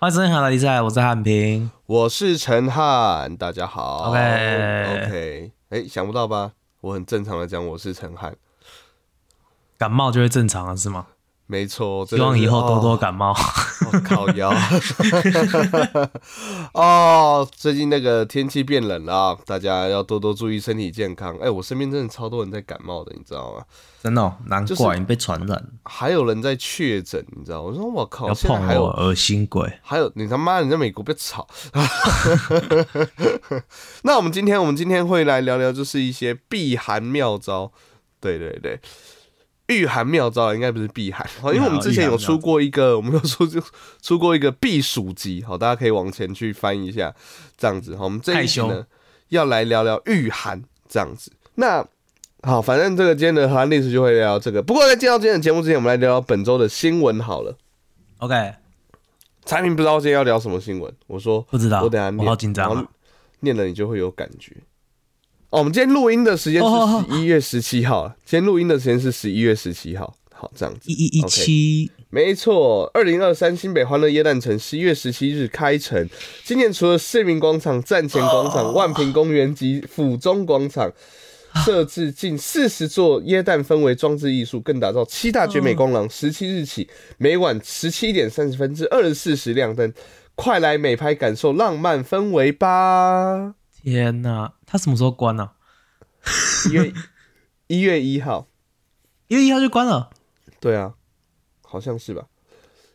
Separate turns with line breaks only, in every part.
欢迎收听《好大比赛》，我是汉平。
我是陈汉，大家好。
OK
OK，哎、想不到吧？我很正常的讲我是陈汉，
感冒就会正常了是吗？
没错。真
希
的
望
是
以后多多感冒。
哦哦靠腰。 哦，最近那个天气变冷了啊，大家要多多注意身体健康。哎、我身边真的超多人在感冒的，你知道吗？
真的、哦，难
就
怪你被传染，
还有人在确诊，你知道？我说我靠，
要
现在
碰
还有
我恶心鬼。
还有，你他妈你在美国别吵。 那我们今天，我们今天会来聊聊，就是一些避寒妙招。对对对，御寒妙招应该不是避寒，好，因为我们之前有出过一个，我 们有出出过一个避暑集，好，大家可以往前去翻一下，这样子。好，我们这一集
害羞
呢要来聊聊御寒这样子。那好，反正这个今天的荷兰历史就会聊这个。不过在介绍今天的节目之前，我们来聊聊本周的新闻好了。
OK，
产品不知道今天要聊什么新闻，我说
不知道，
我等下
我
念，
好紧张
然
啊
后。念了你就会有感觉。哦，我们今天录音的时间
哦
是十一月十七号啊，今天录音的时间是十一月十七号。好，这样子，
一一一七，
没错。二零二三新北欢乐耶诞城十一月十七日开城。今年除了市民广场、站前广场、万平公园及府中广场，设置近四十座耶诞氛围装置艺术，更打造七大绝美光廊。十七日起，每晚十七点三十分至二十四时亮灯，快来美拍感受浪漫氛围吧！
天哪，他什么时候关呢、啊？
一月一月一号，
一月一号就关了。
对啊，好像是吧？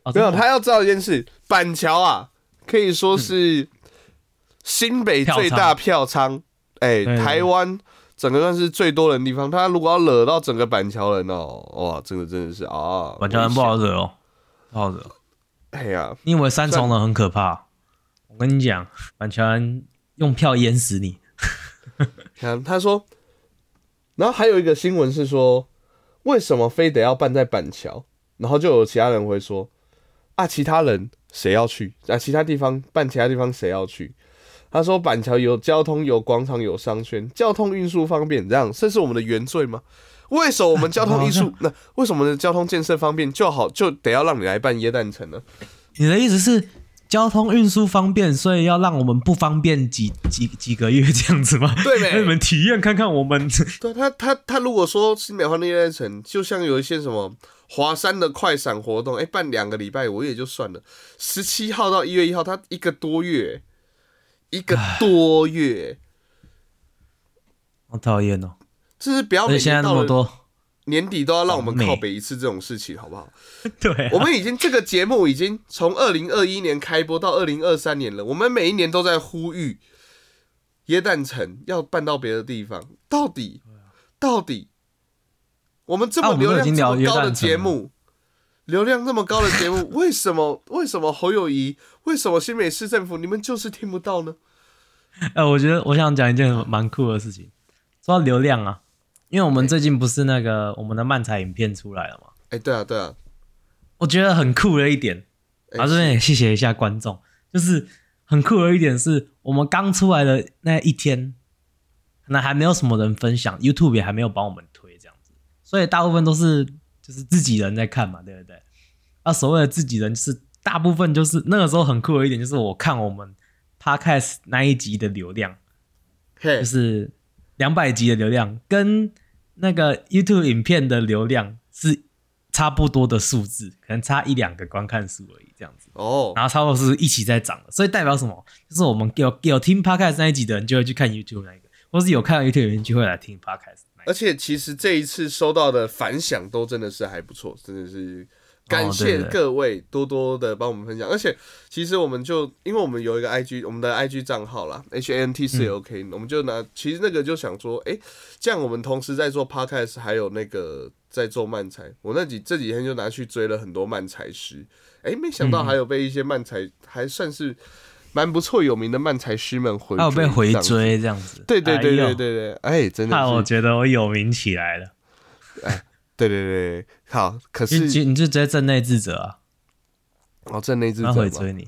哦、
没有，
真的
他要知道一件事，板桥啊，可以说
嗯
是新北最大票仓，哎、
对
台湾整个算是最多人的地方。他如果要惹到整个板桥人哦，哇，这个真的是啊，
管教人不好惹哦，不好惹。
危险，哎呀、
你以为三重人很可怕？我跟你讲，板桥人用票淹死你。
看他说，然后还有一个新闻是说，为什么非得要办在板桥？然后就有其他人会说，啊，其他人谁要去？啊，其他地方办其他地方谁要去？他说板桥有交通、有广场、有商圈，交通运输方便，这样这是我们的原罪吗？为什么我们交通运输那为什么我们的交通建设方便就好，就得要让你来办耶诞城呢？
你的意思是交通运输方便，所以要让我们不方便几几几个月这样子吗？
对没
让 你们体验看看我们
对啊他，他他如果说新美欢乐夜诞城，就像有一些什么华山的快闪活动，哎、办两个礼拜我也就算了，十七号到一月一号，他一个多月，一个多月，
好讨厌哦！
这是不要
而且
每
现在
年
那
到
么
了
多，
年底都要让我们
美
靠北一次这种事情，好不好？
对、啊，
我们已经这个节目已经从二零二一年开播到二零二三年了，我们每一年都在呼吁耶诞城要搬到别的地方，到底到底我们这
啊
么
我们
流
都已
量
经
这
聊
么高
耶
的
诞城
节
了
目，流量这么高的节目， 为什么为什么侯友谊，为什么新北市政府你们就是听不到呢？
呃，我觉得我想讲一件蛮酷的事情，说到流量啊，因为我们最近不是那个我们的漫才影片出来了嘛，
哎、对啊对啊，
我觉得很酷的一点，
哎
啊这边也谢谢一下观众，就是很酷的一点是我们刚出来的那一天，可能还没有什么人分享，YouTube 也还没有帮我们推这样子，所以大部分都是就是自己人在看嘛，对不对？啊，所谓的自己人就是大部分就是那个时候很酷的一点就是我看我们 Podcast 那一集的流量。
嘿
就，是两百集的流量，跟那个 YouTube 影片的流量是差不多的数字，可能差一两个观看数而已，这样子。
哦，
然后差不多是一起在涨的，所以代表什么？就是我们有有听 Podcast 那一集的人就会去看 YouTube 那一个，或是有看 YouTube 的人就会来听 Podcast 那一个。
而且其实这一次收到的反响都真的是还不错，真的是感
哦对
谢
对
各位多多的帮我们分享。而且其实我们就因为我们有一个 IG，我们的 IG 账号啦，H N T
嗯
四 OK，、我们就拿其实那个就想说，哎、这样我们同时在做 Podcast，还有那个在做漫才，我那几这几天就拿去追了很多漫才师，哎、没想
嗯
到还有被一些漫才、还算是蛮不错有名的漫才师们回
还有被回
这样子。
追这样子，
对对对
哎
对对
呦，
对，哎，真的
那我
是，
觉得我有名起来了，
对对对，对好，可
你
是
你你就直接正内智者啊，
哦，正内智
他回
者哦嘛，
追你，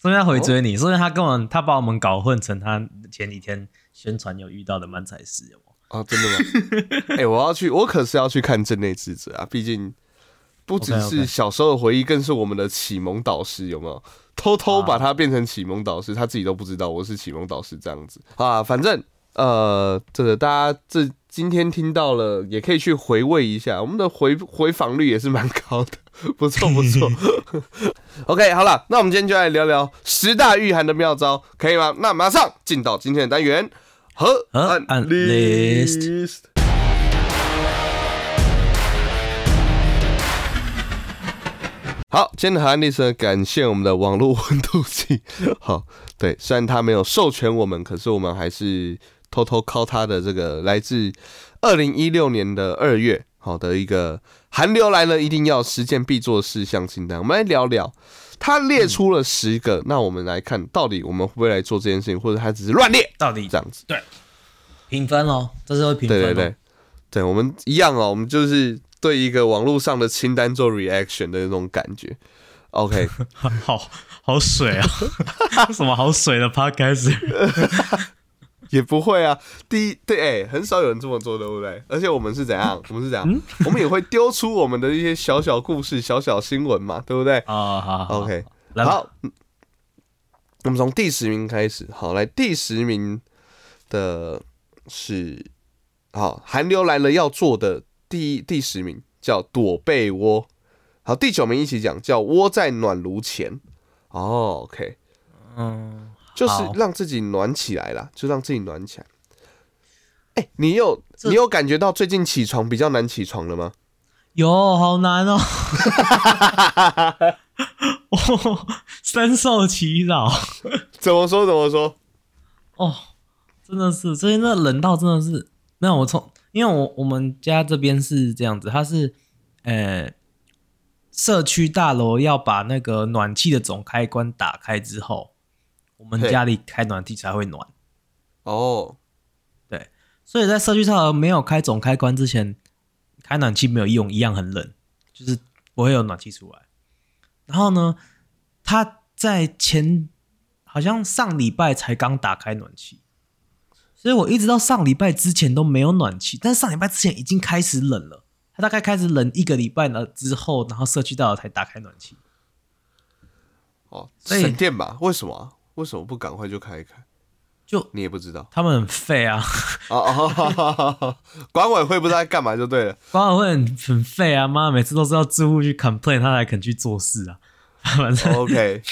说明他回追你，说明他跟我他把我们搞混成他前几天宣传有遇到的漫才师有没有
哦，真的吗？ 哎、我要去，我可是要去看正内智者啊，毕竟不只
OK，OK
是小时候的回忆，更是我们的启蒙导师，有没有？偷偷把它变成启蒙导师，他自己都不知道我是启蒙导师这样子啊。反正呃，这个大家这今天听到了，也可以去回味一下，我们的回回访率也是蛮高的，不错不错。OK，好了，那我们今天就来聊聊十大御寒的妙招，可以吗？那马上进到今天的单元和
和
案
案
list。好，今天的韩历史感谢我们的网络温度计。好，对，虽然他没有授权我们，可是我们还是偷偷 call 他的这个来自二零一六年的二月，好的一个寒流来了一定要实践必做事项清单。我们来聊聊，他列出了十个，那我们来看到底我们会不会来做这件事情，或者他只是乱列
到底
这样子。
评分哦，这是会评分、
对
哦。
对对，对我们一样哦，我们就是对一个网络上的清单做 reaction 的那种感觉。OK，
好好水啊， 什么好水的 podcast？
也不会啊，第一对哎、很少有人这么做，对不对？而且我们是怎样？我们是怎样？我们也会丢出我们的一些小小故事、小小新闻嘛，对不对？
哦，好好好
OK，
来吧
好，嗯我们从第十名开始。好，来第十名的是好，寒流来了要做的第一第十名叫躲被窝。好，第九名一起讲叫窝在暖炉前。哦，OK，
嗯，
就是
好
让自己暖起来啦，就让自己暖起来。哎、你有
这
你有感觉到最近起床比较难起床了吗？
有好难哦， 哦，深受其扰
怎么说怎么说？
哦，真的是最近那冷到真的是，没有我从因为我我们家这边是这样子，它是呃社区大楼要把那个暖气的总开关打开之后，我们
嘿
家里开暖气才会暖。
哦，
所以在社区大楼没有开总开关之前，开暖气没有用，一样很冷，就是不会有暖气出来。然后呢，他在前好像上礼拜才刚打开暖气，所以我一直到上礼拜之前都没有暖气，但是上礼拜之前已经开始冷了。他大概开始冷一个礼拜了之后，然后社区大楼才打开暖气。
哦，
所以
省电吧？为什么啊？为什么不赶快就开一开？
就
你也不知道
他们很废啊，
哦哦，管委会不知道在干嘛就对了。
管委会很很废啊，妈，每次都是要住户去 complain，他才肯去做事啊。反正
OK，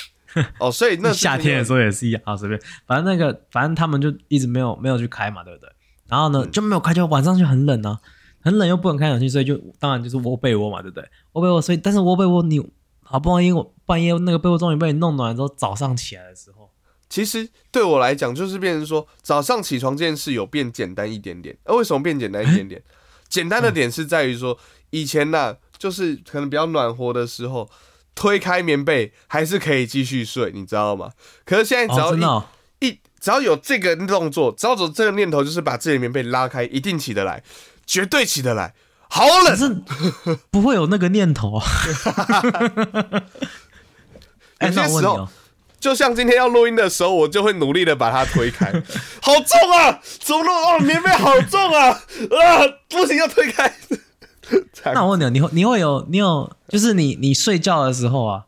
哦，所以那
夏天的时
候
候也是一样啊，随便，反正那个，反正他们就一直没有没有去开嘛，对不对？然后
嗯
呢，就没有开，就晚上就很冷啊，很冷又不能开暖气，所以就当然就是窝被窝嘛，对不对？窝被窝，所以但是窝被窝你好不容易我半夜那个被窝终于被你弄暖了之后，早上起来的时候，
其实对我来讲，就是变成说早上起床这件事有变简单一点点。呃，为什么变简单一点点？简单的点是在于说，以前呢、就是可能比较暖和的时候，推开棉被还是可以继续睡，你知道吗？可是现在只
哦，
要
真
哎一、
的、哦，
一只要有这个动作，只要有这个念头，就是把自己的棉被拉开，一定起得来，绝对起得来。好
可
冷，
是不会有那个念头 啊。 哎、
有些
那我问
时
你
候
哦，
就像今天要录音的时候，我就会努力的把它推 开。好重啊！怎么弄？哦，棉被好重啊！啊，不行，要推开。才
那我问你哦，你会你会有你有就是你你睡觉的时候啊，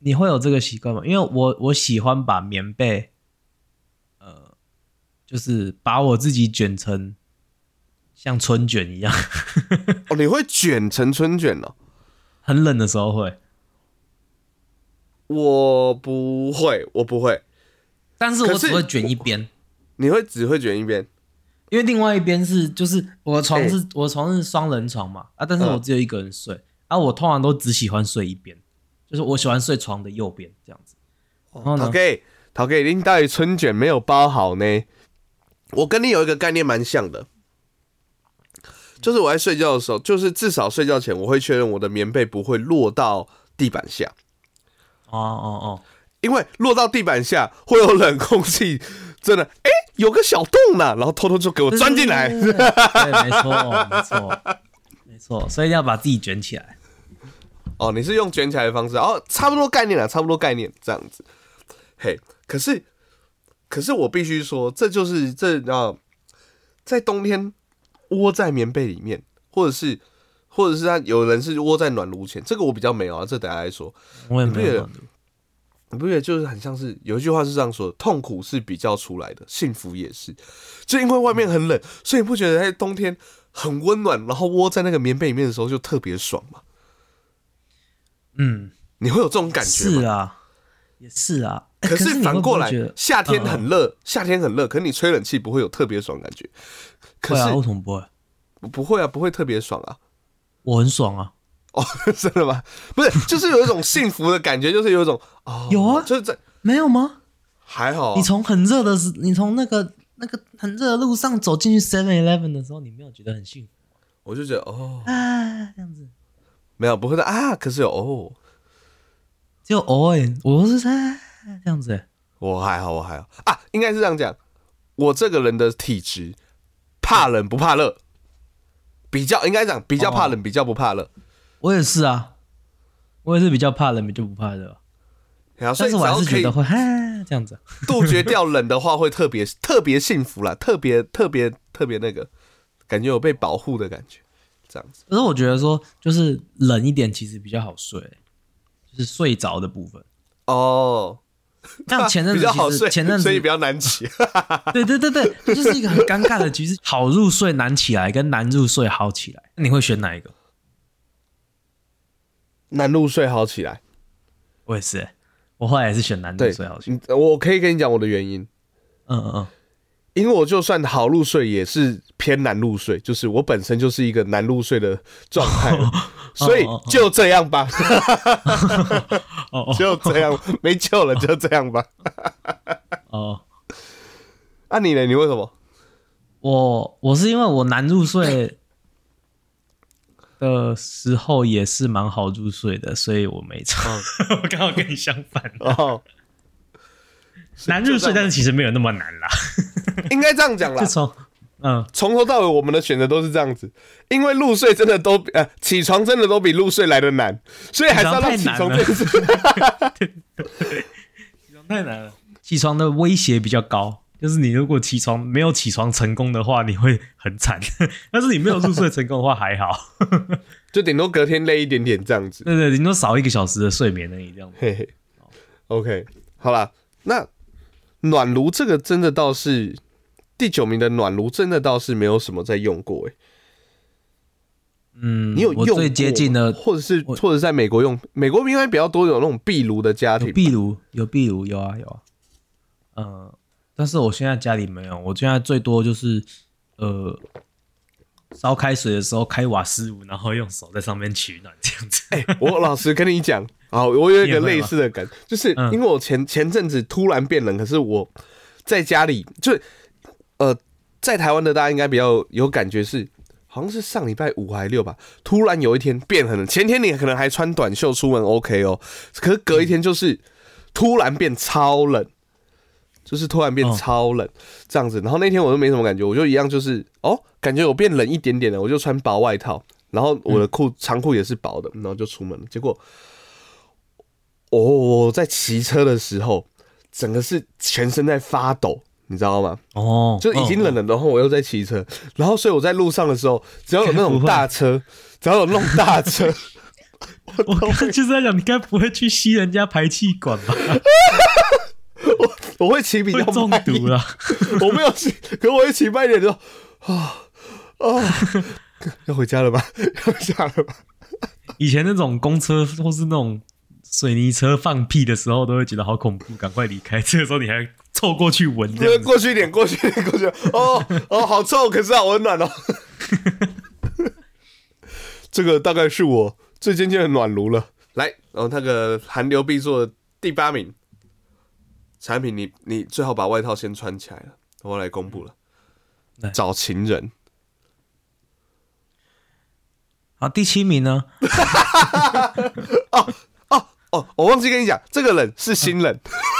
你会有这个习惯吗？因为我我喜欢把棉被，呃，就是把我自己卷成像春卷一样，
哦，你会卷成春卷哦？
很冷的时候会，
我不会，我不会。
但是
可
我
是
只会卷一边，
你会只会卷一边？
因为另外一边是就是我的床
哎
是、我的床是双人床嘛啊，但是我
嗯
只有一个人睡、啊，我通常都只喜欢睡一边，就是我喜欢睡床的右边这样子。然后
陶
呢，
给陶给，林大宇春卷没有包好呢。我跟你有一个概念蛮像的，就是我在睡觉的时候，就是至少睡觉前，我会确认我的棉被不会落到地板下，
哦哦哦，
因为落到地板下会有冷空气，真的，哎、有个小洞呢、然后偷偷就给我钻进来。
对，没错，没错，没错，所以要把自己卷起来。
哦，你是用卷起来的方式，哦，差不多概念啊，差不多概念这样子。嘿，可是，可是我必须说，这就是这啊，在冬天窝在棉被里面，或者是，或者是他有人是窝在暖炉前，这个我比较没有啊，这等下来说。
我也没
你不觉
有
得
暖炉，
你不觉得就是很像是有一句话是这样说的：痛苦是比较出来的，幸福也是。就因为外面很冷，所以你不觉得在冬天很温暖，然后窝在那个棉被里面的时候就特别爽吗？
嗯，
你会有这种感觉吗？
是啊，也是啊。欸
可
是
是
你
反
会不
过
会
来
觉得，嗯
夏天很热，夏天很热，可是你吹冷气不会有特别爽的感觉。可
会啊，
是
为什么不会？
不会啊，不会特别爽啊。
我很爽啊，
哦，真的吗？不是，就是有一种幸福的感觉，就是有一种哦，
有啊
就是在
没有吗？
还好啊、
你从很热的时，你从那个那个很热的路上走进去 Seven Eleven 的时候，你没有觉得很幸福
我就觉得哦，
啊？这样子，
没有不会的啊，可是有哦，
只有偶尔我都是啊这样子欸、
我还好，我还好啊，应该是这样讲，我这个人的体质怕冷不怕热，比较应该讲比较怕
哦
冷，比较不怕热。
我也是啊，我也是比较怕冷，比较不怕热，
然后所
但是
以只
我还
要
是
可
觉
以
得会哈、啊这样子。
杜绝掉冷的话，会特别特别幸福啦，特别特别特别那个感觉有被保护的感觉，这样子。
可是我觉得说，就是冷一点其实比较好睡、就是睡着的部分。
哦，
像前阵子
比较好
其
睡，
实前阵
所以
子
比较难起。
对对对对，这就是一个很尴尬的局势。好入睡难起来，跟难入睡好起来，那你会选哪一个？
难入睡好起来。
我也是欸、我后来也是选难入
对
睡好起来。
你我可以跟你讲我的原因，
嗯嗯嗯，
因为我就算好入睡，也是偏难入睡，就是我本身就是一个难入睡的状 态了，所以
哦哦
就这样吧，
哦哦
就这样，没救了，就这样吧。
哦，
啊，你呢？你为什么？
我我是因为我难入睡的时候也是蛮好入睡的，所以我没差。 我刚好跟你相 反，
哦，
难入睡，但是其实没有那么难啦。
应该这样讲啦
就。从嗯
从头到尾，我们的选择都是这样子，因为入睡真的都比呃起床真的都比入睡来的难，所以还是要让
起
起
床太
床
难了
这件 事。
太难了，起床的威胁比较高。就是你如果起床没有起床成功的话，你会很惨； 但是你没有入睡成功的话还好。
就顶多隔天累一点点这样 子。
对对，顶多少一个小时的睡眠而已，这样子。
嘿嘿，OK，好啦，那暖炉这个真的倒是第九名的暖炉，真的倒是没有什么在用过诶、
嗯，
你有用
我
过
最接近的
或者是
我
或者在美国用，美国应该比较多有那种壁炉的家
有
庭。
壁炉，有壁炉，有啊有啊。嗯、但是我现在家里没有，我现在最多就是呃，烧开水的时候开瓦斯炉，然后用手在上面取暖这样子。
我老实跟你讲， 啊，我有一个类似的感，就是
嗯
因为我前前阵子突然变冷，可是我在家里就是呃，在台湾的大家应该比较有感觉是。好像是上礼拜五还六吧，突然有一天变很冷。前天你可能还穿短袖出门，OK 哦，可是隔一天就是突然变超冷，就是突然变
哦
超冷这样子。然后那天我就没什么感觉，我就一样就是哦，感觉有变冷一点点了，我就穿薄外套，然后我的裤长裤也是薄的，然后就出门了。结果哦，我在骑车的时候，整个是全身在发抖，你知道吗？
哦，
就已经冷
了。
了，然后我又在骑车，然后所以我在路上的时候，只要有那种大车， 只要有那种大车，
我刚刚就是在想，你该不会去吸人家排气管吧？
我会骑比
会
较
中
慢一
毒啊了。
我没有骑，可我一骑慢一点就啊啊，要回家了吧？ 要回家了吧？
以前那种公车或是那种水泥车放屁的时候，都会觉得好恐怖，赶快离开。这个时候你还凑过去闻，这样子
过去一点，过去一点，过去一点。哦哦，好臭，可是好温暖哦。 这个大概是我最尖尖的暖炉了。来，然后那个寒流必做的第八名产品你，你最好把外套先穿起来了。我要来公布了
来，
找情人。
好，啊第七名呢？
哦，我忘记跟你讲，这个人是新人，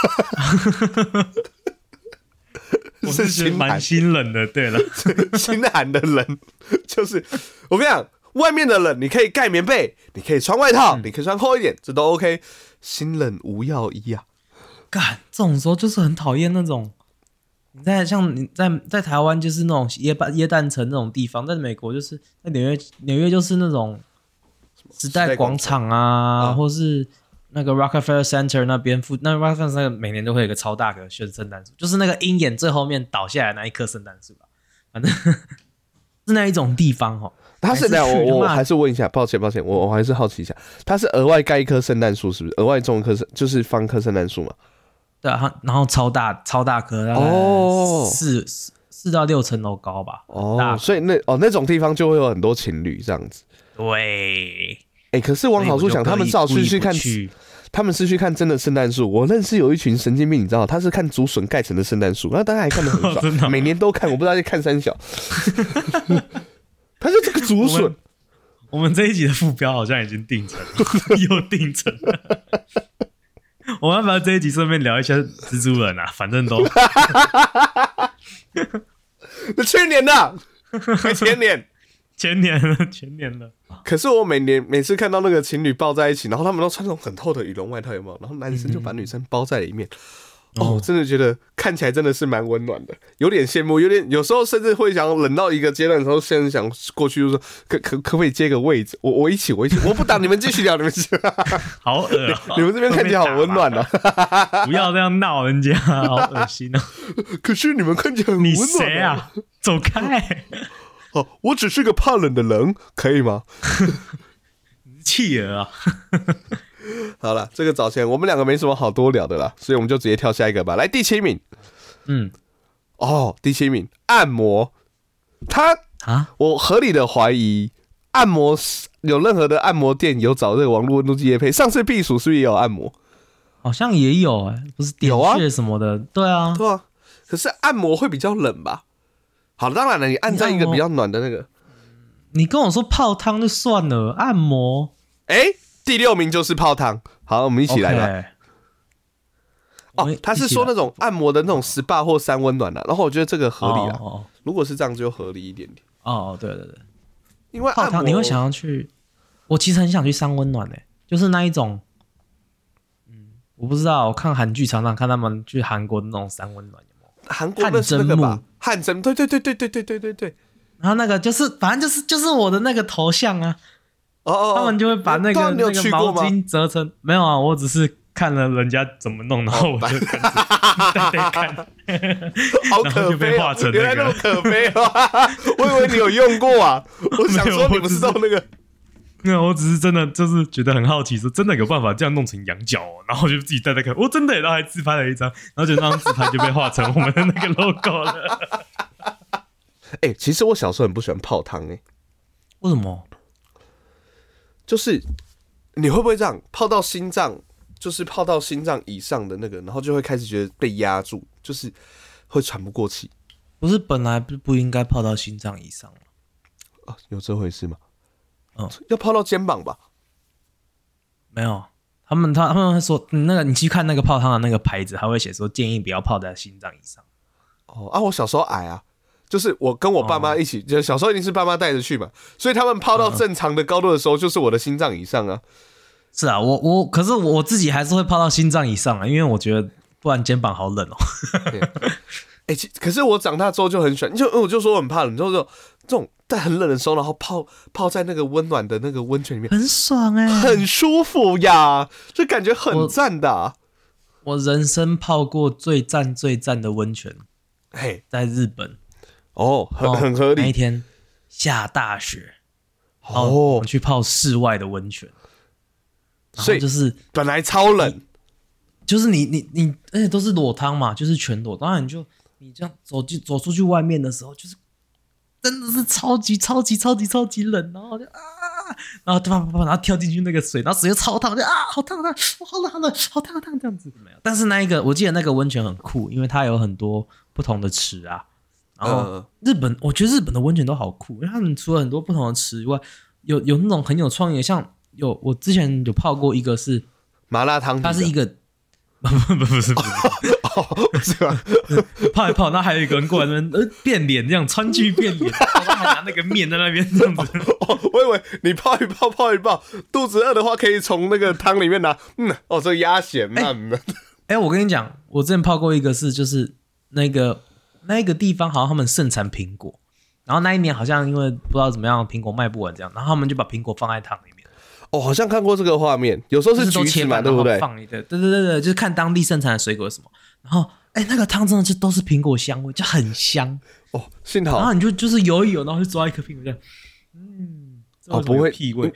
我是觉得
新
蛮
寒
心冷的。对了，
心寒的人，就是我跟你讲，外面的冷你可以盖棉被，你可以穿外套，你可以穿厚一点，这都 OK。心冷无药医啊，
干这种时候就是很讨厌那种。你在像你在在台湾就是那种耶诞耶诞城那种地方，在美国就是在纽约纽约就是那种时
时代
代
广
广场啊，
啊
或是那个 Rockefeller Center 那边附，那 Rockefeller Center 每年都会有一个超大棵圣圣诞树，就是那个鹰眼最后面倒下来那一棵圣诞树啊，反正 是那一种地方哦。
他哎是
还是
等下
去
我我
他妈
还是问一下，抱歉抱歉，我我还是好奇一下，他是额外盖一棵圣诞树是不是？额外种一棵圣就是放棵圣诞树嘛？
对啊，它然后超大超大棵，大概
哦
四四四到六层楼高吧。
哦
大，
所以那哦那种地方就会有很多情侣这样子。
对，
哎、可是往好处想，他们是
少
要去去看，
去，
他们是去看真的圣诞树。我认识有一群神经病，你知道，他是看竹笋盖成的圣诞树，那大家还看得很爽，
真的哦
每年都看，我不知道在看 三小。他就这个竹
我
笋
们，我们这一集的副标好像已经定成了， 又定成了。我们要不要这一集顺便聊一下蜘蛛人啊？反正 都
那去 年的，还前年。
前年了，前年了。
可是我每年每次看到那个情侣抱在一起，然后他们都穿那种很厚的羽绒外套，有没有？然后男生就把女生包在里面。
嗯
哦，我真的觉得看起来真的是蛮温暖的，有点羡慕，有点有时候甚至会想冷到一个阶段的时候，甚至想过去就说可可可不可以接个位置？我我一起，我一起，我不打，你们继续聊，你们继续聊，
好恶、哦
你们 这边看起来好温暖啊。
啊！不要这样闹人家，好恶心哦！
可是 你们看起来很
你
温暖、
谁？啊？走开！
哦，我只是个怕冷的人，可以吗？
企鹅啊！
好了，这个早前我们两个没什么好多聊的啦，所以我们就直接跳下一个吧。来，第七名，
嗯
哦，第七名，按摩。他，
啊，
我合理的怀疑，按摩师有任何的按摩店有找这个网络温度计业配。上次避暑是不是也有按摩？
好像也有哎、不是点
有啊
穴什么的，对啊，
对啊，可是按摩会比较冷吧？好，当然了，你按在一
你按
个
摩
比较暖的那个。
你跟我说泡汤就算了，按摩
哎、第六名就是泡汤。好，我们一起来吧。
OK 我们
哦，他是说那种按摩的那种 SPA 或三温暖的、然后我觉得这个合理啦。啊
哦
如果是这样就合理一点点，
哦哦，对对对，
因为
泡
按摩
汤你会想要去？我其实很想去三温暖诶、欸就是那一种，嗯，我不知道，我看韩剧常常看他们去韩国那种三温暖有没有？
韩国那是那个吧
汗蒸木？
汗蒸，对对对对对对对对对。
然后那个就是，反正就是就是我的那个头像啊，
哦哦，哦
他们就会把那
对啊
个
你有
那
去
个
过
毛
吗？
巾折成没有啊，我只是看了人家怎么弄，然后我
哦
就跟着在看。
好
然后
可
就
悲
被
哦
画成那个
原来那么可悲啊！ 我以为你有用过啊，我想
没有
说你
我
不
只
是到那个
那我只是真的就是觉得很好奇，说真的有办法这样弄成羊角哦，然后我就自己在那看，我、哦真的耶，然后还自拍了一张，然后就那张自拍就被画成我们的那个 logo 了。
哎、其实我小时候很不喜欢泡汤哎、
为什么？
就是你会不会这样泡到心脏，就是泡到心脏以上的那个，然后就会开始觉得被压住，就是会喘不过气
不是本来不不应该泡到心脏以上吗？
啊？有这回事吗？
嗯
要泡到肩膀吧？
没有，他们他他们会说，嗯那个你去看那个泡汤的那个牌子，他会写说建议不要泡在心脏以上。
哦啊，我小时候矮啊，就是我跟我爸妈
哦
一起，就小时候一定是爸妈带着去嘛，所以他们泡
嗯
到正常的高度的时候，就是我的心脏以上啊。
是啊，我我可是我自己还是会泡到心脏以上啊，因为我觉得不然肩膀好冷哦。
哎、其可是我长大之后就很喜欢，就哦我就说我很怕冷，就是这种这种在很冷的时候，然后泡泡在那个温暖的那个温 泉里面，
很爽哎、
很舒服呀，这感觉很
我
赞的、啊。
我人生泡过最赞最赞的温泉，
嘿，
在日本，
哦，很
哦
很合
那一
理
天下大雪，哦，我
哦
们，去泡室外的温泉，然
所
后
以
就是
本来超冷，
就是你你你，而且都是裸汤嘛，就是全裸。当然你就你这样走进走出去外面的时候，就是真的是超级超级超级超级冷，然后我就啊，然后啪啪啪，然后跳进去那个水，然后水又超烫，我就啊，好烫好烫，我好冷好冷，好烫好烫这样子。没有，但是那一个我记得那个温泉很酷，因为它有很多不同的池啊，然后。
嗯，
日本，我觉得日本的温泉都好酷，因为他们除了很多不同的池以外，有有那种很有创意的，像有我之前有泡过一个是，
麻辣烫底的，
它是一个， 不不不不是不是
哦，是吧？
泡一泡，那还有一个人过来那边呃变脸这样川剧变 脸，然后还拿那个面在那边这样子，
哦，我以为你泡一泡泡一泡，肚子饿的话可以从那个汤里面拿。嗯，哦，这个鸭血慢的、
哎、我跟你讲，我之前泡过一个是，就是那个那个地方好像他们盛产苹果，然后那一年好像因为不知道怎么样，苹果卖不完这样，然后他们就把苹果放在汤里面，
哦，好像看过这个画面，有时候
就是是都
橘
切
子嘛，
满
对
然后
不对？
放一个，
对对对对，就是看当地盛产的水果是什么，然后哎、那个汤真的就都是苹果香味，就很香，
哦，幸
然
啊
好
后你就就是游一游，然后就抓一颗苹果这样，嗯，这为什么
哦不会
有屁味，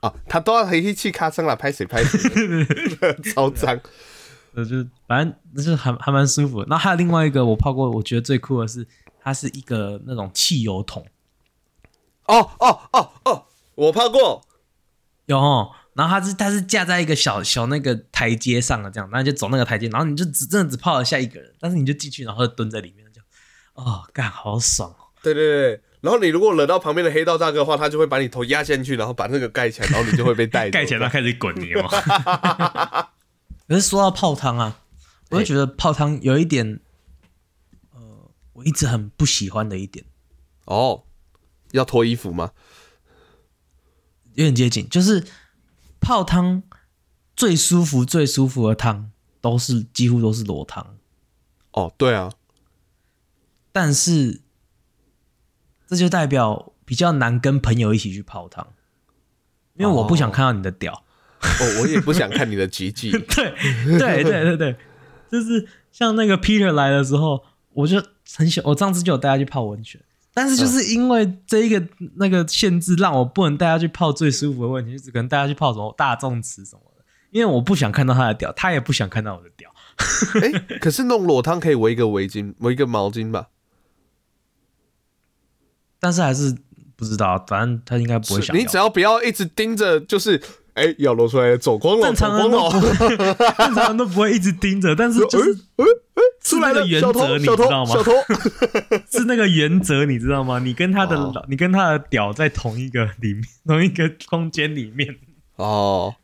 啊，他都要黑气咔嚓啦，拍谁 拍谁，超脏。
呃，就是反正就是还还蛮舒服的。那还有另外一个我泡过，我觉得最酷的是，它是一个那种汽油桶，
哦哦哦哦，我泡过，
有哦，然后它是它是架在一个小小那个台阶上的这样，然后你就走那个台阶，然后你就只真的只泡了下一个人，但是你就进去，然后就蹲在里面这样，哦，干好爽哦，
对对对。然后你如果惹到旁边的黑道大哥的话，他就会把你头压进去，然后把那个盖起来，然后你就会被带走
盖起来，然后开始滚，你有吗？
可是说到泡汤啊，我就觉得泡汤有一点，呃，我一直很不喜欢的一点，
哦，要脱衣服吗？
有点接近，就是泡汤最舒服、最舒服的汤都是几乎都是裸汤，
哦，对啊，
但是这就代表比较难跟朋友一起去泡汤，因为我不想看到你的屌。
哦，我也不想看你的 吉 吉。
对对对对对，就是像那个 Peter 来的时候，我就很想，我上次就有带他去泡温泉，但
嗯
是就是因为这一个那个限制，让我不能带他去泡最舒服的温泉，就只能带他去泡什么大众池什么的，因为我不想看到他的屌，他也不想看到我的屌。
哎、可是弄裸汤可以围一个围巾，围一个毛巾吧？
但是还是不知道，反正他应该不会
是
想要。
你只要不要一直盯着，就是哎、要露出来了，走光了，
正
走
常
光
人都不会，
了。
正常人都不会一直盯着，但是就是
哦 哎哎， 出来
那
了
个，原
小
则
偷，
你
小
知道
偷，
吗
小偷。
是那个原则，你知道吗？你跟他的
哦
你跟他的屌在同一个里面， 同一个空间里面。
哦，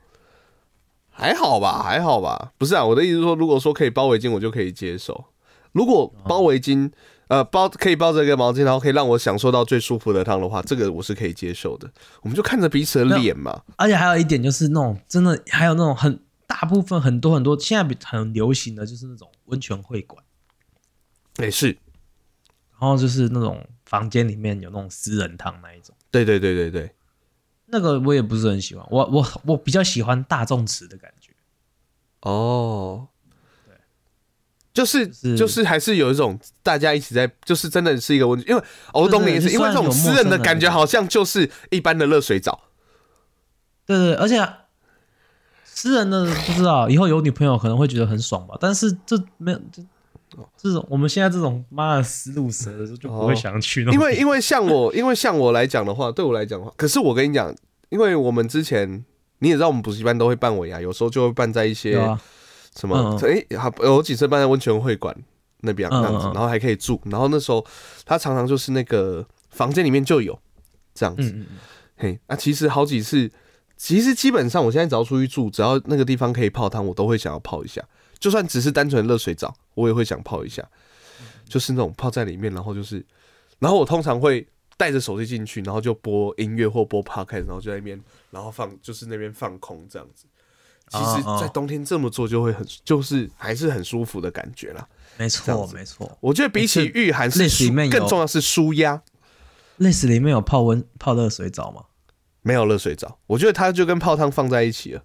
还好吧，还好吧。不是啊，我的意思是说，如果说可以包围巾，我就可以接受。如果包围巾，呃，包可以包着一个毛巾，然后可以让我享受到最舒服的汤的话，这个我是可以接受的。我们就看着彼此的脸嘛。
而且还有一点就是那种真的，还有那种很大部分很多很多现在比很流行的就是那种温泉会馆，
哎、是，
然后就是那种房间里面有那种私人汤那一种，
对对对对对。
那个我也不是很喜欢。我我我比较喜欢大众池的感觉，
哦，就是
是
就是还是有一种大家一起在，就是真的是一个温泉，因为哦我懂你
对对
意思，
就
因为这
算
种
有
私
陌
人
生
的
人
感觉
的
好像就是一般的热水澡。
对对，对而且。私人的不知道，以后有女朋友可能会觉得很爽吧，但是这没有这这种我们现在这种妈的死路蛇的就不会想去那种
因为因为像我，因为像我来讲的话，对我来讲的话，可是我跟你讲，因为我们之前你也知道，我们补习班都会办尾牙，有时候就会办在一些
对啊，
什么，哎、好，有几次办在温泉会馆那边
嗯
那样子
嗯，嗯
然后还可以住，然后那时候他常常就是那个房间里面就有这样子，
嗯嗯嗯，
嘿，那、其实好几次，其实基本上我现在只要出去住，只要那个地方可以泡汤，我都会想要泡一下，就算只是单纯的热水澡，我也会想泡一下，
嗯
就是那种泡在里面，然后就是，然后我通常会带着手机进去，然后就播音乐或播 podcast，然后就在那边，然后放就是那边放空这样子。其实
哦，哦
在冬天这么做就会很，就是还是很舒服的感觉啦。
没
这
错
样子
没错。
我觉得比起御寒是
类似里
舒
面有
更重要是舒压，
类似里面有泡温泡热水澡吗？
没有热水澡，我觉得它就跟泡汤放在一起了。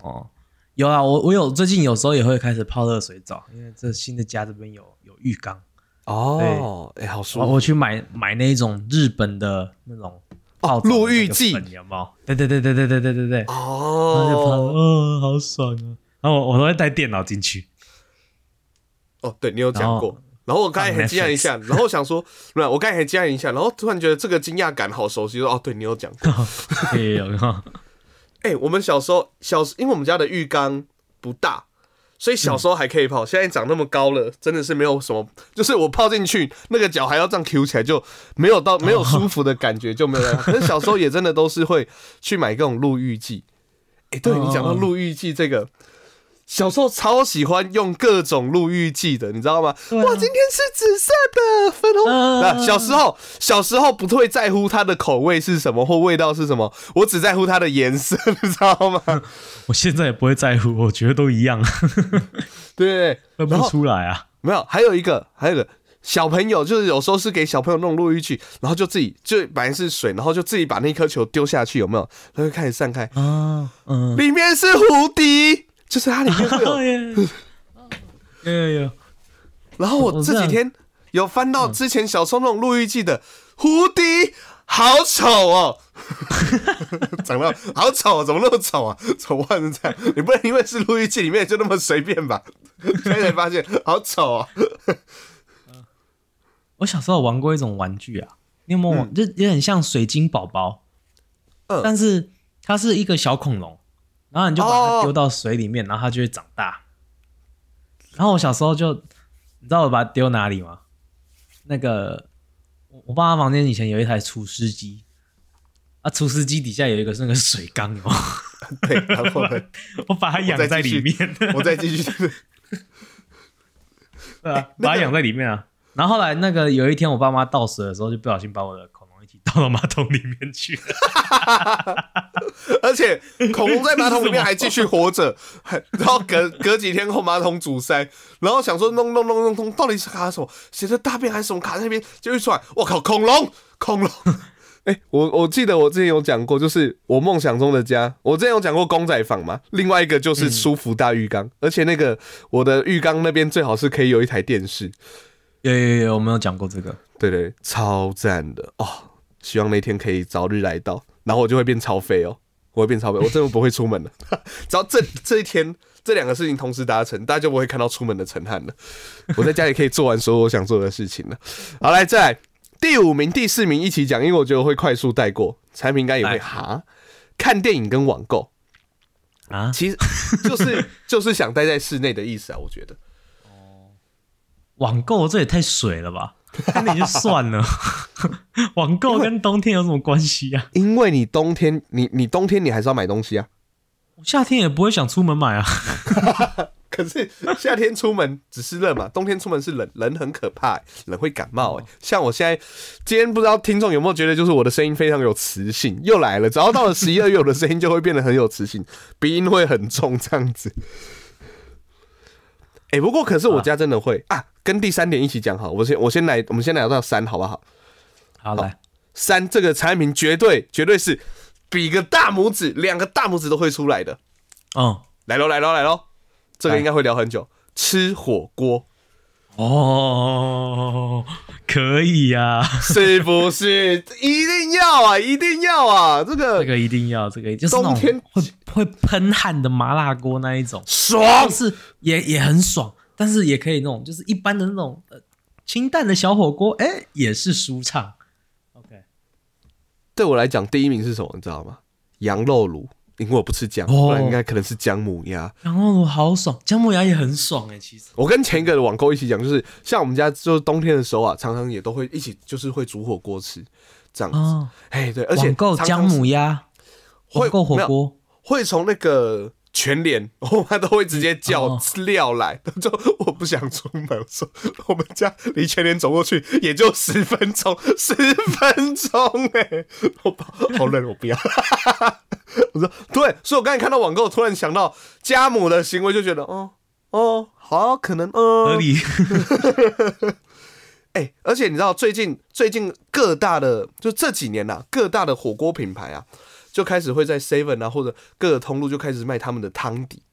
哦，有啊，我我有最近有时候也会开始泡热水澡，因为这新的家这边有有浴缸，
哦，哎、好舒
我
服
我去买买那种日本的那种泡澡的
沐浴
那个
剂
粉有没有？对对对对对对对对对，然后就泡，
哦
哦，好爽啊！然后我我都会带电脑进去，
哦，对你有
然
讲
后
过。然后我刚才很惊讶一下，然后我想说，不然我刚才很惊讶一下，然后突然觉得这个惊讶感好熟悉。说哦，对你有讲过。
也有哈，
哎、我们小时候小，因为我们家的浴缸不大，所以小时候还可以泡。现在长那么高了，真的是没有什么，就是我泡进去那个脚还要这样 Q 起来，就没有
哦
到没有舒服的感觉，就没有 那样。可是小时候也真的都是会去买各种沐浴剂。哎、对你讲到
嗯嗯嗯
沐浴剂这个。小时候超喜欢用各种沐浴剂的，你知道吗？
对啊
哇，今天是紫色的、粉
嗯
红
嗯嗯
啊！小时候，小时候不会在乎它的口味是什么或味道是什么，我只在乎它的颜色，你知道吗？
我现在也不会在乎，我觉得都一样，
对，
分不出来啊。
没有，还有一个，还有一个小朋友就是有时候是给小朋友弄落浴具，然后就自己就本来是水，然后就自己把那颗球丢下去，有没有？它会开始散开，
啊，嗯，。
里面是蝴蝶，就是它里面会有
有有有，
然后
我
我这
哦这
几
样
天有翻到之前小时候那种录音记的蝴蝶，好丑哦， 长得好丑、哦，怎么那么丑啊？丑化成这样，你不能因为是录音记里面就那么随便吧？现在才发现好丑啊、哦！
我小时候有玩过一种玩具啊，你有没有玩？就有点像水晶宝宝，
嗯
但是它是一个小恐龙，然后你就把
哦
它丢到水里面，然后它就会长大。然后我小时候就，你知道我把它丢哪里吗？那个我我爸妈房间以前有一台除湿机，啊，除湿机底下有一个那个水缸哦，
对，然后呢，
我把它养在里面。
我再继续。
对啊，把它养在里面啊。然后后来那个有一天，我爸妈倒水的时候，就不小心把我的恐龙一起倒到马桶里面去了。
而且恐龙在马桶里 面还继续活着，还然后隔隔几天后马桶阻塞，然后想说弄弄弄弄弄，到底是卡什么？谁的大便还是什么卡在那边？就一出来，我靠，恐龙，恐龙！ 哎、我我记得我之前有讲过，就是我梦想中的家。我之前有讲过公仔房嘛，另外一个就是舒服大浴缸，而且那个我的浴缸那边最好是可以有一台电视，
有有有，我没有讲过这个。
对对，超赞的哦！希望那天可以早日来到，然后我就会变超肥哦，我会变超肥，我真的不会出门了。 只要这这一天这两个事情同时达成，大家就不会看到出门的陈汉了。我在家里可以做完所有我想做的事情了。 好，来再来第五名、第四名一起讲，因为我觉得我会快速带过，产品应该也会
来
哈。看电影跟网购，
啊，
其实 就是就是想待在室内的意思啊，我觉得。
网购这也太水了吧？看你就算 了，网购跟冬天有什么关系啊？
因为你冬天，你你冬天你还是要买东西啊，
我夏天也不会想出门买啊。
可是夏天出门只是热嘛，冬天出门是冷，冷很可怕欸、冷会感冒、欸。像我现在，今天不知道听众有没有觉得，就是我的声音非常有磁性，又来了。只要到了十一二月，我的声音就会变得很有磁性， 鼻音会很重这样子。哎、不过可是我家真的会啊跟第三点一起讲好，我先我先来，我们先聊到三好不好？
好，来，
三这个产品绝对绝对是比个大拇指，两个大拇指都会出来的。
嗯，
来喽来喽来喽，这个
来
应该会聊很久。吃火锅。
哦，可以呀、啊，
是不是？一定要啊，一定要啊！这
这
个
个一定要，这个就是那
冬天
种会会喷汗的麻辣锅那一种。
爽
但，是也也很爽，但是也可以那种就是一般的那种呃清淡的小火锅，哎、也是舒畅。OK，
对我来讲，第一名是什么？你知道吗？羊肉炉，因为我不吃姜，
哦
不然应该可能是姜母鸭。
羊肉炉好爽，姜母鸭也很爽哎、其实
我跟前一个网购一起讲，就是像我们家就是冬天的时候啊，常常也都会一起就是会煮火锅吃这样子。
哦，
哎、对，而且
网购
常常
姜母鸭，
会
网购火锅，
会从那个全联， 我妈都会直接叫
哦
料来，就我不想出门，我说我们家离全联走过去也就十分钟，十分钟哎、我怕好冷，我不要。 我说对，所以我刚才看到网购，突然想到家母的行为，就觉得哦哦，好可能嗯，
合理。
哎、而且你知道最近最近各大的就这几年呐、各大的火锅品牌啊，就开始会在 Seven 啊或者各个通路就开始卖他们的汤底，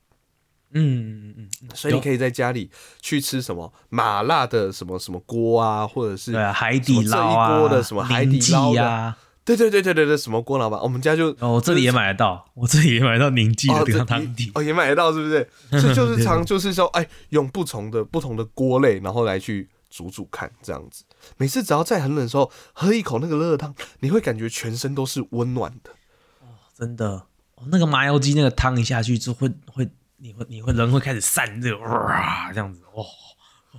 嗯嗯嗯嗯，
所以你
有
可以在家里去吃什么麻辣的什么什么锅啊，或者是
对啊，海底捞啊，
什么这一锅的什么海底捞的
宁记啊，
对对对对对对什么锅老板，我们家就
哦，我这里也买得到，我这里也买得到宁记的
哦，
这
这
个汤底
也，哦也买得到，是不是？这就
对
是
对
常就是说，哎，用不同的不同的锅类，然后来去煮煮看，这样子。每次只要在很冷的时候喝一口那个热汤，你会感觉全身都是温暖的。
真的。哦那个麻油鸡那个汤一下去就会会，你会你会人会开始散热，哇，这样子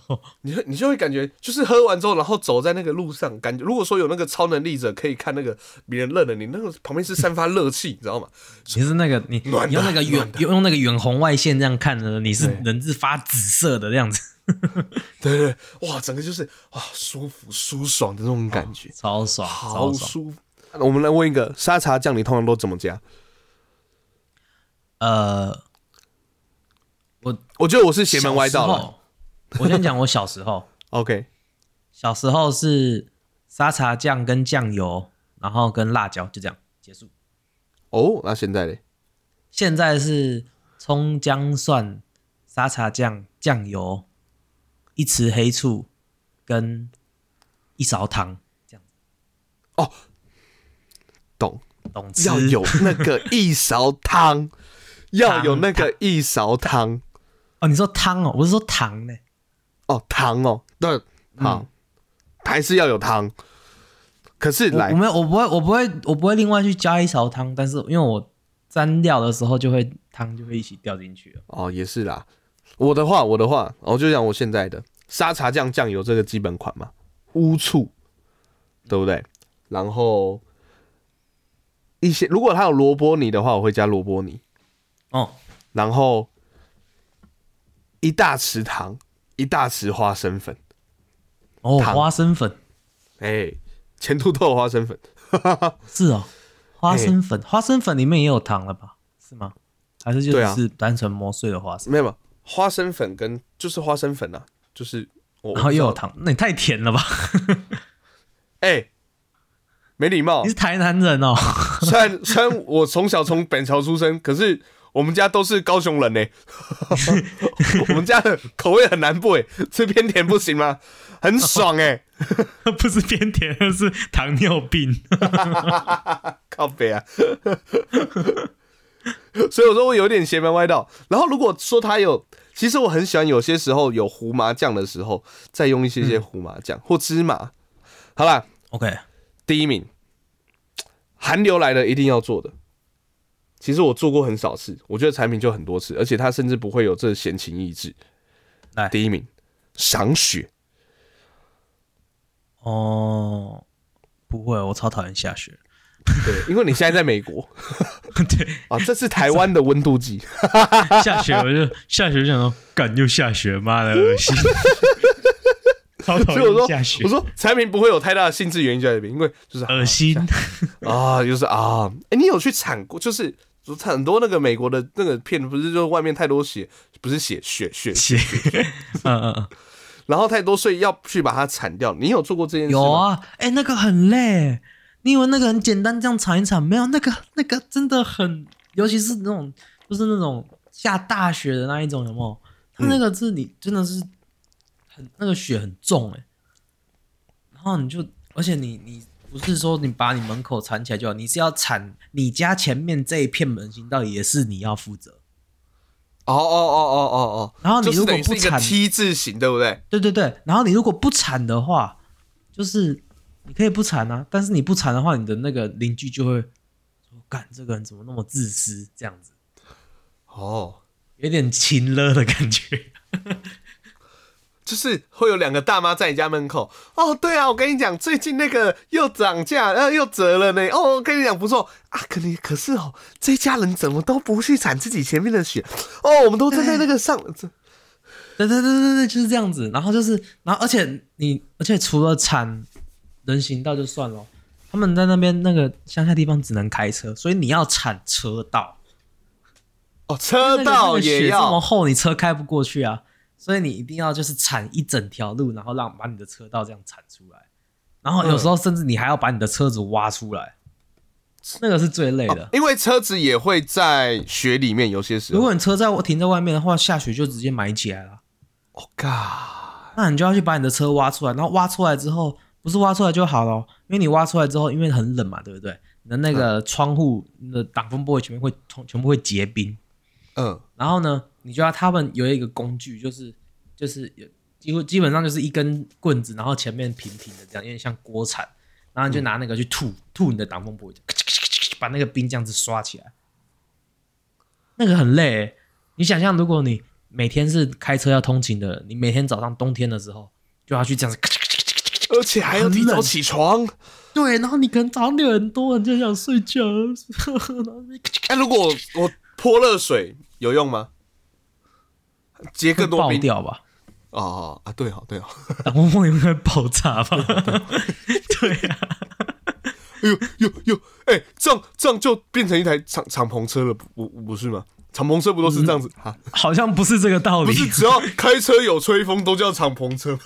哦，
你会你就会感觉，就是喝完之后，然后走在那个路上，感觉如果说有那个超能力者可以看那个别人认了你，那个旁边是散发热气，你知道吗？
你是那个你
暖的
你用那个远
暖的
用那个远红外线这样看的，你是
对
人是发紫色的这样子，
对对对，哇，整个就是哇舒服舒爽的那种感觉，
超爽，
好
超爽。
舒服。我们来问一个沙茶酱，你通常都怎么加？
呃，
我觉得我是邪门歪
小
道
时
了。
候。我先讲我小时候，
OK，
小时候是沙茶酱跟酱油，然后跟辣椒，就这样结束。
哦，那现在嘞？
现在是葱姜蒜、沙茶酱、酱油，一匙黑醋跟一勺糖，这样
懂，
懂吃
要有那个一勺汤， 要有那个一勺汤
哦。你说汤哦，我是说糖呢。
哦，汤哦，对，好，还是要有汤。可是
我
来
我，没有，我不会，我不会，我不会另外去加一勺汤，但是因为我沾料的时候就会汤就会一起掉进去了。
哦，也是啦。我的话，我的话，我就讲我现在的沙茶酱酱油这个基本款嘛，乌醋，对不对？然后一些如果它有萝卜泥的话，我会加萝卜泥，
哦，
然后一大匙糖，一大匙花生粉，
哦，
糖
花生粉
哎、前凸都有花生粉，
是哦，花生粉，花生粉里面也有糖了吧？是吗？还是就
哎对啊
只是单纯磨碎的花生，
没有没有，花生粉跟就是花生粉啊，就是我
然后又有糖？那你太甜了吧？
哎、没礼貌
你。是台南人哦，
虽然虽然我从小从板桥出生，可是我们家都是高雄人呢、 我们家的口味很南部哎、吃偏甜不行吗？很爽哎、
不是偏甜，而是糖尿病。
靠北啊！ 所以我说我有点邪门歪道。然后如果说它有，其实我很喜欢有些时候有胡麻酱的时候，再用一些些胡麻酱、或芝麻。好啦，
OK，
第一名，寒流来了一定要做的。其实我做过很少次，我觉得产品就很多次，而且它甚至不会有这闲情逸致
来。
第一名，赏雪
哦，不会，我超讨厌下雪。
对，因为你现在在美国
对，
啊，这是台湾的温度计，
下雪我 就下雪就想说，干又下雪，妈的恶心。超讨
所以我说
厌下雪嗯
我，说产品不会有太大的性质原因就在这边，因为就是
恶心。
啊，就是啊，哎、你有去铲过？就是很多那个美国的那个片，不是就是外面太多血，不是血血血，
血， 嗯嗯嗯。
然后太多，所以要去把它铲掉。你有做过这件事吗？
有啊，哎、那个很累。你以为那个很简单，这样铲一铲？没有，那个那个真的很，尤其是那种就是那种下大雪的那一种，有没有？它那个是你真的是很那个雪很重哎、然后你就，而且你你不是说你把你门口铲起来就好，你是要铲你家前面这一片门行道也是你要负责。
哦哦哦哦哦哦，
然后你
就是
如果
等于
不
是一个
铲
T 字形，对不对？
对对对，然后你如果不铲的话，就是你可以不铲啊，但是你不铲的话，你的那个邻居就会说：“干，这个人怎么那么自私？”这样子
哦，
有点情了的感觉。
就是会有两个大妈在你家门口。哦，对啊，我跟你讲，最近那个又涨价，呃，又折了呢。哦，我跟你讲不错啊，可你可是哦，这家人怎么都不去铲自己前面的雪？哦，我们都站在那个上，
哎
这
对对对对对，就是这样子。然后就是，然后而且你，而且除了铲人行道就算了，他们在那边那个乡下地方只能开车，所以你要铲车道。
哦，车
哎那
道
个
也
雪这么
要。
厚，你车开不过去啊，所以你一定要就是铲一整条路，然后让把你的车道这样铲出来，然后有
嗯
时候甚至你还要把你的车子挖出来，那个是最累的。
因为车子也会在雪里面，有些时
如
候。
果你车在停在外面的话，下雪就直接埋起来了，
哦，嘎，
那你就要去把你的车挖出来，然后挖出来之后，不是挖出来就好了，因为你挖出来之后，因为很冷嘛，对不对？你的那个
嗯
窗户、你的挡风玻璃全部会全全部会结冰，
嗯，
然后呢，你就要他们有一个工具，就是就是有几乎基本上就是一根棍子，然后前面平平的这样，有点像锅铲，然后你就拿那个去吐、吐你的挡风玻璃，把那个冰这样子刷起来，那个很累欸、你想象，如果你每天是开车要通勤的，你每天早上冬天的时候就要去这样子，
而且还要提早起床。
对，然后你可能早上六点多你就想睡觉，然后
哎、如果我泼热水有用吗？结更多
爆
冰
掉吧。
哦哦 啊，对好对好，
挡风玻璃会爆炸吧？ 对啊，
哎呦呦呦，哎、这样这样就变成一台敞敞篷车了，不不不是吗？敞篷车不都是这样子？
嗯
哈，
好像不是这个道
不
理。
是只要开车有吹风都叫敞 篷车吗？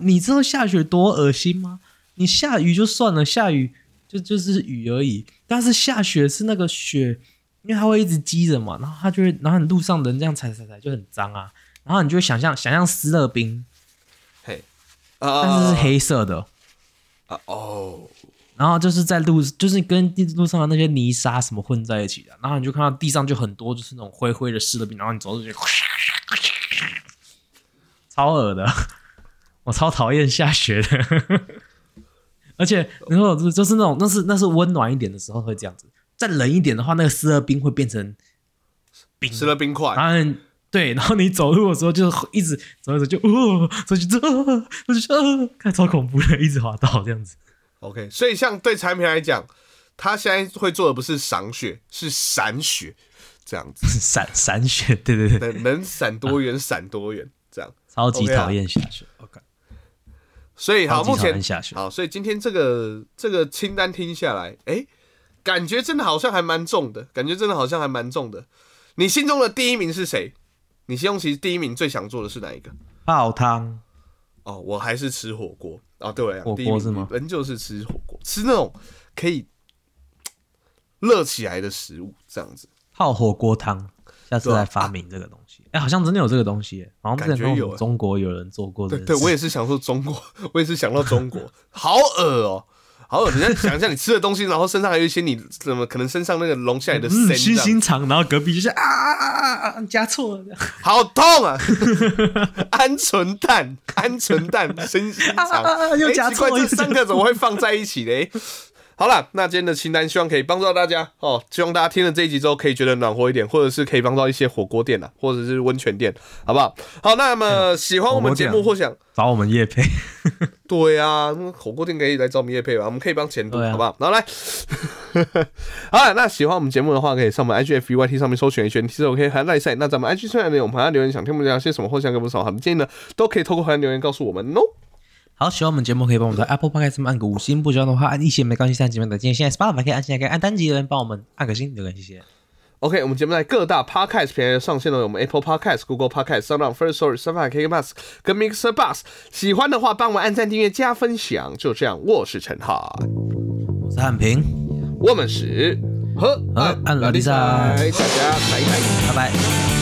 你知道下雪多恶心吗？你下雨就算了，下雨就就是雨而已。但是下雪是那个雪，因为它会一直积着嘛，然后它就会，然后你路上人这样踩踩踩就很脏啊。然后你就会想象想象湿乐冰，
嘿，
但是
啊
是黑色的，哦
啊哦，
然后就是在路就是跟地路上的那些泥沙什么混在一起的，然后你就看到地上就很多就是那种灰灰的湿乐冰，然后你走路就觉得 超恶的，我超讨厌下雪的， 而且然后就是就是那种那是那是温暖一点的时候会这样子，再冷一点的话，那个湿乐冰会变成冰，啊
吃了冰块，
然后你对，然后你走路的时候就一直走一走就哦，走就这，走就这，看超恐怖的，一直滑倒这样子。
OK，所以像对产品来讲，他现在会做的不是赏雪，是闪雪，这样子，
闪闪雪，对对对，
能能闪多
啊
远闪多远，这样。
超级
OK 啊
讨厌下雪。OK，
所以好，
超级
目
讨
前
厌下雪
好，所以今天这个这个清单听下来，哎、感觉真的好像还蛮重的，感觉真的好像还蛮重的。你心中的第一名是谁？你心中其实第一名最想做的是哪一个？
泡汤
哦，我还是吃火锅啊、哦，对我来
火
讲，
锅
第一名
是吗
仍旧是吃火锅，吃那种可以热起来的食物，这样子。
泡火锅汤，下次
对啊
来发明这个东西。哎，好像真的有这个东西耶，好像之前
感觉
跟
有
我们中国有人做过这件
对对，我
事。
也是想说中国， 我也是想到中 国，好恶哦、好恶！你再想一下你吃的东西，然后身上还有一些你怎么可能身上那个溶下来的
嗯，熏
身这样，
心肠，然后隔壁就是啊啊啊啊啊，加错了，
好痛啊！ 鹌鹑蛋，鹌 鹑蛋，身心
啊
肠，
啊啊又
哎
夹
奇怪
错了
这三个怎么会放在一起嘞？好了，那今天的清单希望可以帮助到大家哦，希望大家听了这一集之后可以觉得暖和一点，或者是可以帮到一些火锅店啊，或者是温泉店，好不好？好，那么喜欢我们节
火
目
锅店啊
或想
找我们叶配。
对啊，那火锅店可以来找我们叶配吧，我们可以帮前途，
对啊
好不好？然后来， 好了，那喜欢我们节目的话，可以上我们 IG F B Y T 上面搜寻 H N T 我可以含赖啊赛。那咱们 IG 上面有我们还要留言，想听我们聊些什么，或想给我们什么好的建议呢，都可以透过含留言告诉我们哦。
好，喜欢我们节目可以帮我们在 Apple Podcast 上面按个五星，不喜欢的话按一星没关系，三星没关系。现在 Spotify 可以按现在可以按单集的人帮我们按个星留言，谢谢。
OK，我们节目在各大 Podcast 平台上线了，我们 Apple Podcast、Google Podcast、Sound On、First Story、s o n KK Bus 跟 Mixer Bus。喜欢的话，帮我们按赞、订阅、加分享。就这样，我是陈浩，
我是汉平，
我们是和
和按
老
老弟赛
大家拜拜。
拜拜。